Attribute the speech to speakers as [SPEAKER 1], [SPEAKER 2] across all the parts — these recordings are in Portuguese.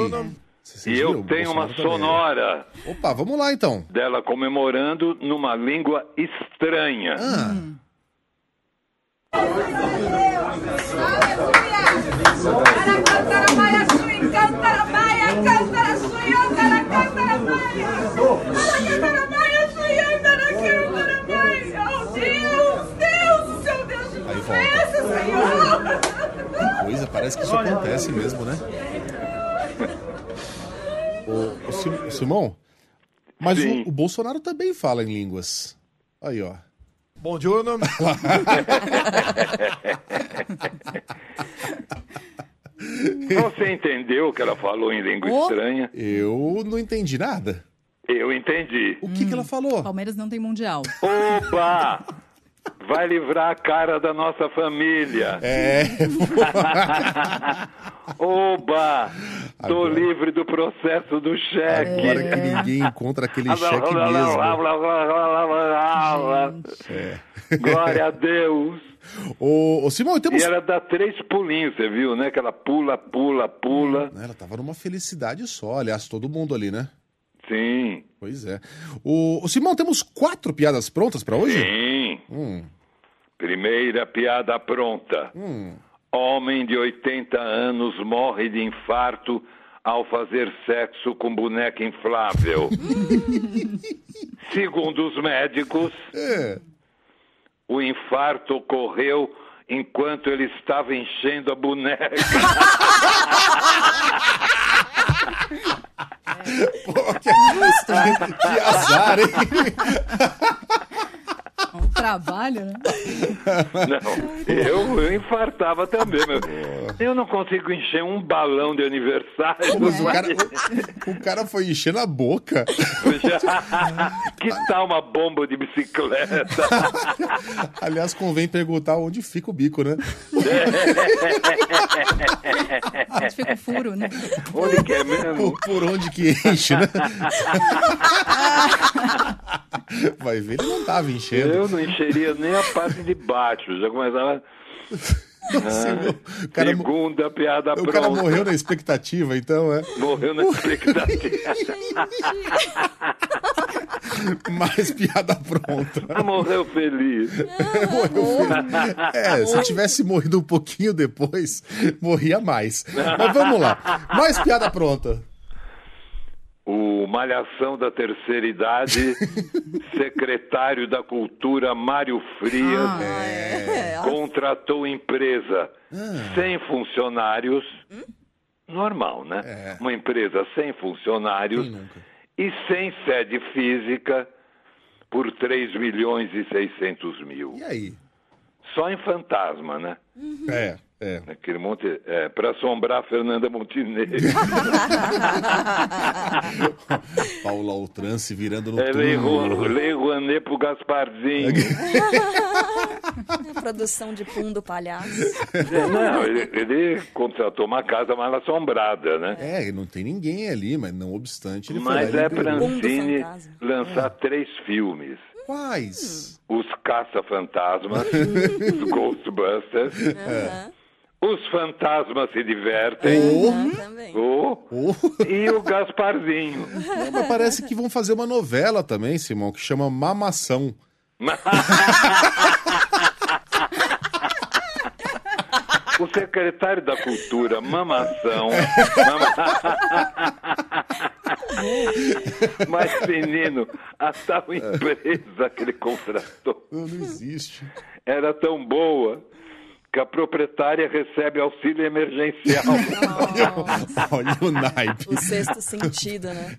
[SPEAKER 1] E eu tenho uma sonora
[SPEAKER 2] Opa, vamos lá então.
[SPEAKER 1] dela comemorando numa língua estranha.
[SPEAKER 2] Ah. Coisa, parece que isso acontece mesmo, né? Ô, ô, Sim- Simão, mas
[SPEAKER 1] Sim.
[SPEAKER 2] o, o Bolsonaro também fala em línguas. Aí, ó.
[SPEAKER 3] Bom giorno.
[SPEAKER 1] Você entendeu o que ela falou em língua
[SPEAKER 4] Oh.
[SPEAKER 1] estranha?
[SPEAKER 2] Eu não entendi nada.
[SPEAKER 1] Eu entendi.
[SPEAKER 2] O que, que ela falou?
[SPEAKER 4] Palmeiras não tem mundial.
[SPEAKER 1] Opa! Vai livrar a cara da nossa família.
[SPEAKER 2] É.
[SPEAKER 1] Oba! Tô
[SPEAKER 2] Agora-
[SPEAKER 1] livre do processo do cheque.
[SPEAKER 2] Agora que ninguém encontra aquele cheque mesmo. É.
[SPEAKER 1] Glória a Deus.
[SPEAKER 2] Ô, ô Simão,
[SPEAKER 1] E
[SPEAKER 2] temos.
[SPEAKER 1] ela dá três pulinhos, você viu, né? Que ela pula, pula, pula.
[SPEAKER 2] Né, Ela tava numa felicidade só, aliás, todo mundo ali, né?
[SPEAKER 1] Sim,
[SPEAKER 2] Pois é. Ô, ô, Simão, temos quatro piadas prontas pra hoje?
[SPEAKER 1] sim.
[SPEAKER 2] Hum.
[SPEAKER 1] Primeira piada pronta.
[SPEAKER 2] Hum.
[SPEAKER 1] Homem de 80 anos morre de infarto ao fazer sexo com boneca inflável. Segundo os médicos,
[SPEAKER 2] É.
[SPEAKER 1] o infarto ocorreu enquanto ele estava enchendo a boneca.
[SPEAKER 2] Pô, que, que azar, hein?
[SPEAKER 4] Um trabalho, né?
[SPEAKER 1] Não, eu, eu infartava também. Meu. Eu não consigo encher um balão de aniversário.
[SPEAKER 2] Mas o cara, o, o cara foi enchendo a boca.
[SPEAKER 1] que tal uma bomba de bicicleta?
[SPEAKER 2] Aliás, convém perguntar onde fica o bico, né?
[SPEAKER 4] A gente fica um furo, né?
[SPEAKER 1] Onde que é mesmo?
[SPEAKER 2] Por, por onde que enche, né? Vai ver, ele não tava enchendo.
[SPEAKER 1] Eu não encheria nem a parte de baixo. Já começava.
[SPEAKER 2] Simão, é o cara, mo-
[SPEAKER 1] Segunda piada
[SPEAKER 2] o cara
[SPEAKER 1] pronta.
[SPEAKER 2] morreu na expectativa, então, é.
[SPEAKER 1] Morreu na expectativa.
[SPEAKER 2] Mais piada pronta.
[SPEAKER 1] morreu feliz.
[SPEAKER 2] É, se tivesse morrido um pouquinho depois, morria mais. Mas vamos lá. Mais piada pronta.
[SPEAKER 1] o Malhação da Terceira Idade, secretário da Cultura Mário Frias,
[SPEAKER 2] Ah, é.
[SPEAKER 1] contratou empresa
[SPEAKER 2] Ah.
[SPEAKER 1] sem funcionários. Normal, né? Uma empresa sem funcionários
[SPEAKER 2] É. Quem nunca?
[SPEAKER 1] e sem sede física por 3 milhões e 600 mil.
[SPEAKER 2] E aí?
[SPEAKER 1] Só em fantasma, né?
[SPEAKER 2] É, é.
[SPEAKER 1] Aquele monte. É, para assombrar Fernanda Montenegro.
[SPEAKER 2] Paula Altran se virando no
[SPEAKER 1] Ela enrolou.
[SPEAKER 2] túmulo.
[SPEAKER 1] Lei Rouanet pro Gasparzinho.
[SPEAKER 3] Produção de pum do palhaço.
[SPEAKER 1] É, Não, ele, ele contratou uma casa mal assombrada, né?
[SPEAKER 2] É, não tem ninguém ali, mas não obstante, ele
[SPEAKER 1] Mas
[SPEAKER 2] foi lá
[SPEAKER 1] é
[SPEAKER 2] e
[SPEAKER 1] para
[SPEAKER 2] liberou.
[SPEAKER 1] Ancine
[SPEAKER 3] fantasma. É.
[SPEAKER 1] lançar três filmes.
[SPEAKER 2] Quais?
[SPEAKER 1] Os Caça-Fantasmas, os Ghostbusters, Os Fantasmas Se Divertem,
[SPEAKER 2] Porra!
[SPEAKER 3] Também.
[SPEAKER 1] o-
[SPEAKER 3] Oh.
[SPEAKER 1] e o Gasparzinho.
[SPEAKER 2] Não, mas parece que vão fazer uma novela também, Simão, que chama Mamação.
[SPEAKER 1] O secretário da Cultura, Mamação. Mama- Mas, menino, a tal empresa que ele contratou
[SPEAKER 2] Não, não existe.
[SPEAKER 1] era tão boa que a proprietária recebe auxílio emergencial.
[SPEAKER 2] Olha o naipe.
[SPEAKER 3] O sexto sentido, né?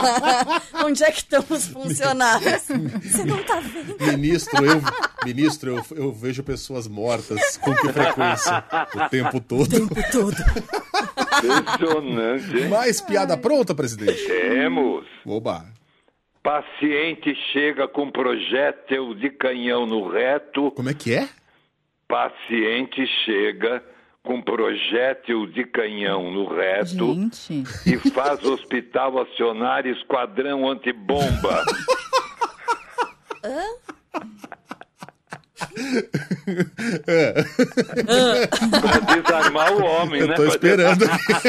[SPEAKER 3] Onde é que estão os funcionários? Você não tá vendo?
[SPEAKER 2] Ministro, eu, ministro eu, eu vejo pessoas mortas com que frequência? O tempo todo.
[SPEAKER 1] Impressionante, hein?
[SPEAKER 2] Mais piada pronta, presidente?
[SPEAKER 1] Temos.
[SPEAKER 2] Oba.
[SPEAKER 1] Paciente chega com projétil de canhão no reto.
[SPEAKER 2] Como é que é?
[SPEAKER 1] Paciente chega com projétil de canhão no reto.
[SPEAKER 4] Gente.
[SPEAKER 1] e faz o hospital acionar esquadrão antibomba. Pra desarmar o homem,
[SPEAKER 2] Eu
[SPEAKER 1] né?
[SPEAKER 2] tô
[SPEAKER 1] Pra
[SPEAKER 2] esperando. aqui.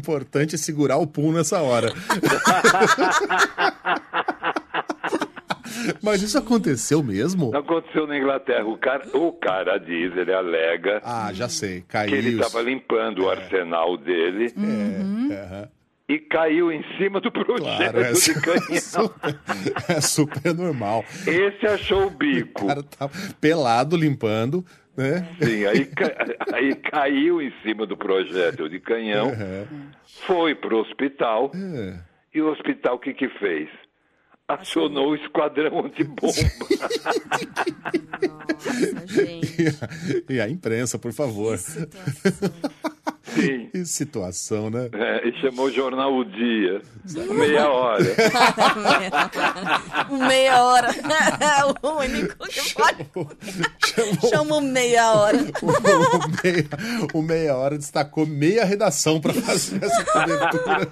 [SPEAKER 2] Importante é segurar o pum nessa hora. Mas isso aconteceu mesmo?
[SPEAKER 1] Não aconteceu na Inglaterra. O cara, o cara diz, ele alega,
[SPEAKER 2] Ah, já sei.
[SPEAKER 1] Hum, que ele
[SPEAKER 2] Caiu.
[SPEAKER 1] estava limpando o arsenal dele
[SPEAKER 2] É, Aham.
[SPEAKER 1] e caiu em cima do projeto
[SPEAKER 2] Claro, é
[SPEAKER 1] de
[SPEAKER 2] su-
[SPEAKER 1] canhão.
[SPEAKER 2] super, é super normal.
[SPEAKER 1] Esse achou o
[SPEAKER 2] O
[SPEAKER 1] bico.
[SPEAKER 2] cara tá pelado limpando, né?
[SPEAKER 1] Sim, aí, ca- aí caiu em cima do projétil de canhão, foi pro hospital,
[SPEAKER 2] É.
[SPEAKER 1] e o hospital o que que fez? Acionou o esquadrão antibomba.
[SPEAKER 3] Nossa, gente.
[SPEAKER 2] E, a imprensa, por favor.
[SPEAKER 1] Sim.
[SPEAKER 2] Que situação, né?
[SPEAKER 1] É, e chamou o jornal O Dia, meia hora.
[SPEAKER 3] Um Meia hora. É o único que pode. Chama o meia hora.
[SPEAKER 2] O, o meia, o Meia Hora destacou meia redação pra fazer essa cobertura.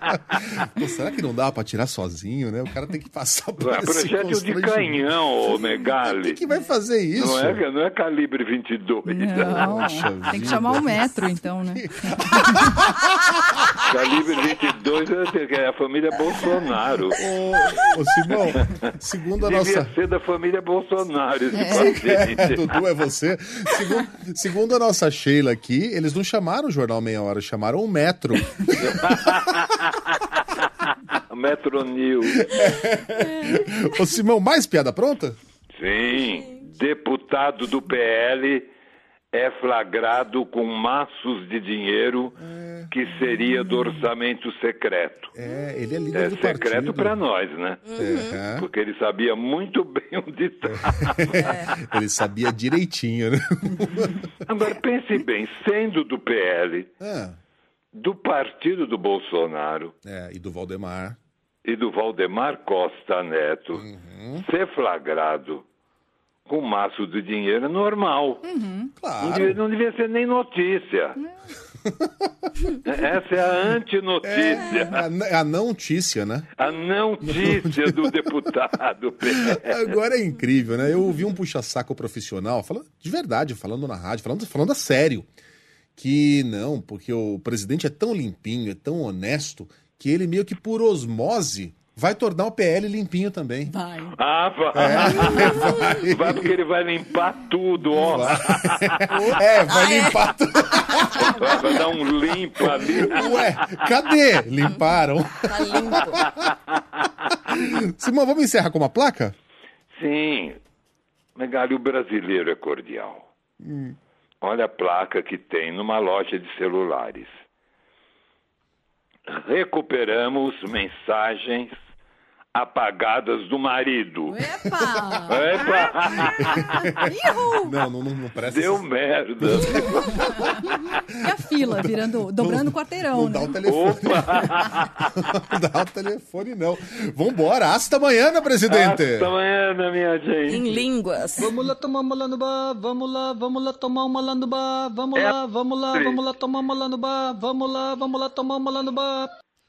[SPEAKER 2] Pô, será que não dá pra tirar sozinho, né? O cara tem que passar por
[SPEAKER 1] Ué,
[SPEAKER 2] esse
[SPEAKER 1] projétil é, de
[SPEAKER 2] constrangimento.
[SPEAKER 1] canhão, ô
[SPEAKER 2] Quem
[SPEAKER 1] Megali.
[SPEAKER 2] que vai fazer isso?
[SPEAKER 1] Não é, não é calibre 22,
[SPEAKER 4] Não. Tem que chamar o metro, então, né?
[SPEAKER 1] calibre 22 é a família Bolsonaro.
[SPEAKER 2] Ô, ô, Simão, segundo a
[SPEAKER 1] Devia
[SPEAKER 2] nossa...
[SPEAKER 1] ser da família Bolsonaro esse paciente.
[SPEAKER 2] É, Dudu, é você. Segundo, segundo a nossa Sheila aqui, eles não chamaram o Jornal Meia Hora, chamaram o Metro. É.
[SPEAKER 1] Metro News.
[SPEAKER 2] Ô, Simão, mais piada pronta?
[SPEAKER 1] Sim, deputado do PL é flagrado com maços de dinheiro que seria do orçamento secreto.
[SPEAKER 2] É, ele é líder
[SPEAKER 1] É
[SPEAKER 2] do
[SPEAKER 1] secreto
[SPEAKER 2] partido.
[SPEAKER 1] para nós, né?
[SPEAKER 2] É,
[SPEAKER 1] Porque ele sabia muito bem onde tá. estava.
[SPEAKER 2] É. Ele sabia direitinho, né?
[SPEAKER 1] Agora pense bem, sendo do PL,
[SPEAKER 2] Ah,
[SPEAKER 1] do partido do Bolsonaro
[SPEAKER 2] é, e do Valdemar.
[SPEAKER 1] e do Valdemar Costa Neto,
[SPEAKER 2] Uhum.
[SPEAKER 1] ser flagrado com maço de dinheiro é normal. Não devia,
[SPEAKER 2] Claro.
[SPEAKER 1] não devia ser nem notícia. Essa é a antinotícia,
[SPEAKER 2] A, n- a não notícia, né?
[SPEAKER 1] a não-tícia do deputado.
[SPEAKER 2] Agora é incrível, né? Eu ouvi um puxa-saco profissional falando, de verdade, falando na rádio, falando, falando a sério. Que não, porque o presidente é tão limpinho, é tão honesto, que ele meio que por osmose Vai tornar o PL limpinho também.
[SPEAKER 3] Vai.
[SPEAKER 1] Ah, vai. vai porque ele vai limpar tudo, ó.
[SPEAKER 2] É, vai limpar tudo.
[SPEAKER 1] Vai, vai dar um limpa ali.
[SPEAKER 2] Ué, cadê? Limparam.
[SPEAKER 5] Tá limpo.
[SPEAKER 2] Simão, vamos encerrar com uma placa?
[SPEAKER 1] Sim. Megali, o brasileiro é cordial. Hum. Olha a placa que tem numa loja de celulares. Recuperamos mensagens apagadas do marido.
[SPEAKER 3] Epa!
[SPEAKER 1] Epa,
[SPEAKER 3] Ihu!
[SPEAKER 2] Não, não, não, não parece.
[SPEAKER 1] deu merda.
[SPEAKER 3] E a fila, virando, dobrando o quarteirão,
[SPEAKER 2] Não dá
[SPEAKER 3] né?
[SPEAKER 2] o telefone. não dá o telefone, não. Vambora, hasta amanhã, né, presidente?
[SPEAKER 1] Hasta amanhã, minha gente.
[SPEAKER 5] Em línguas.
[SPEAKER 6] Vamos lá tomar malandubá, vamos lá, vamos lá tomar um malandubá, vamos
[SPEAKER 1] É
[SPEAKER 6] lá, vamos lá,
[SPEAKER 1] triste.
[SPEAKER 6] vamos lá tomar um malandubá, vamos lá, vamos lá tomar um malandubá.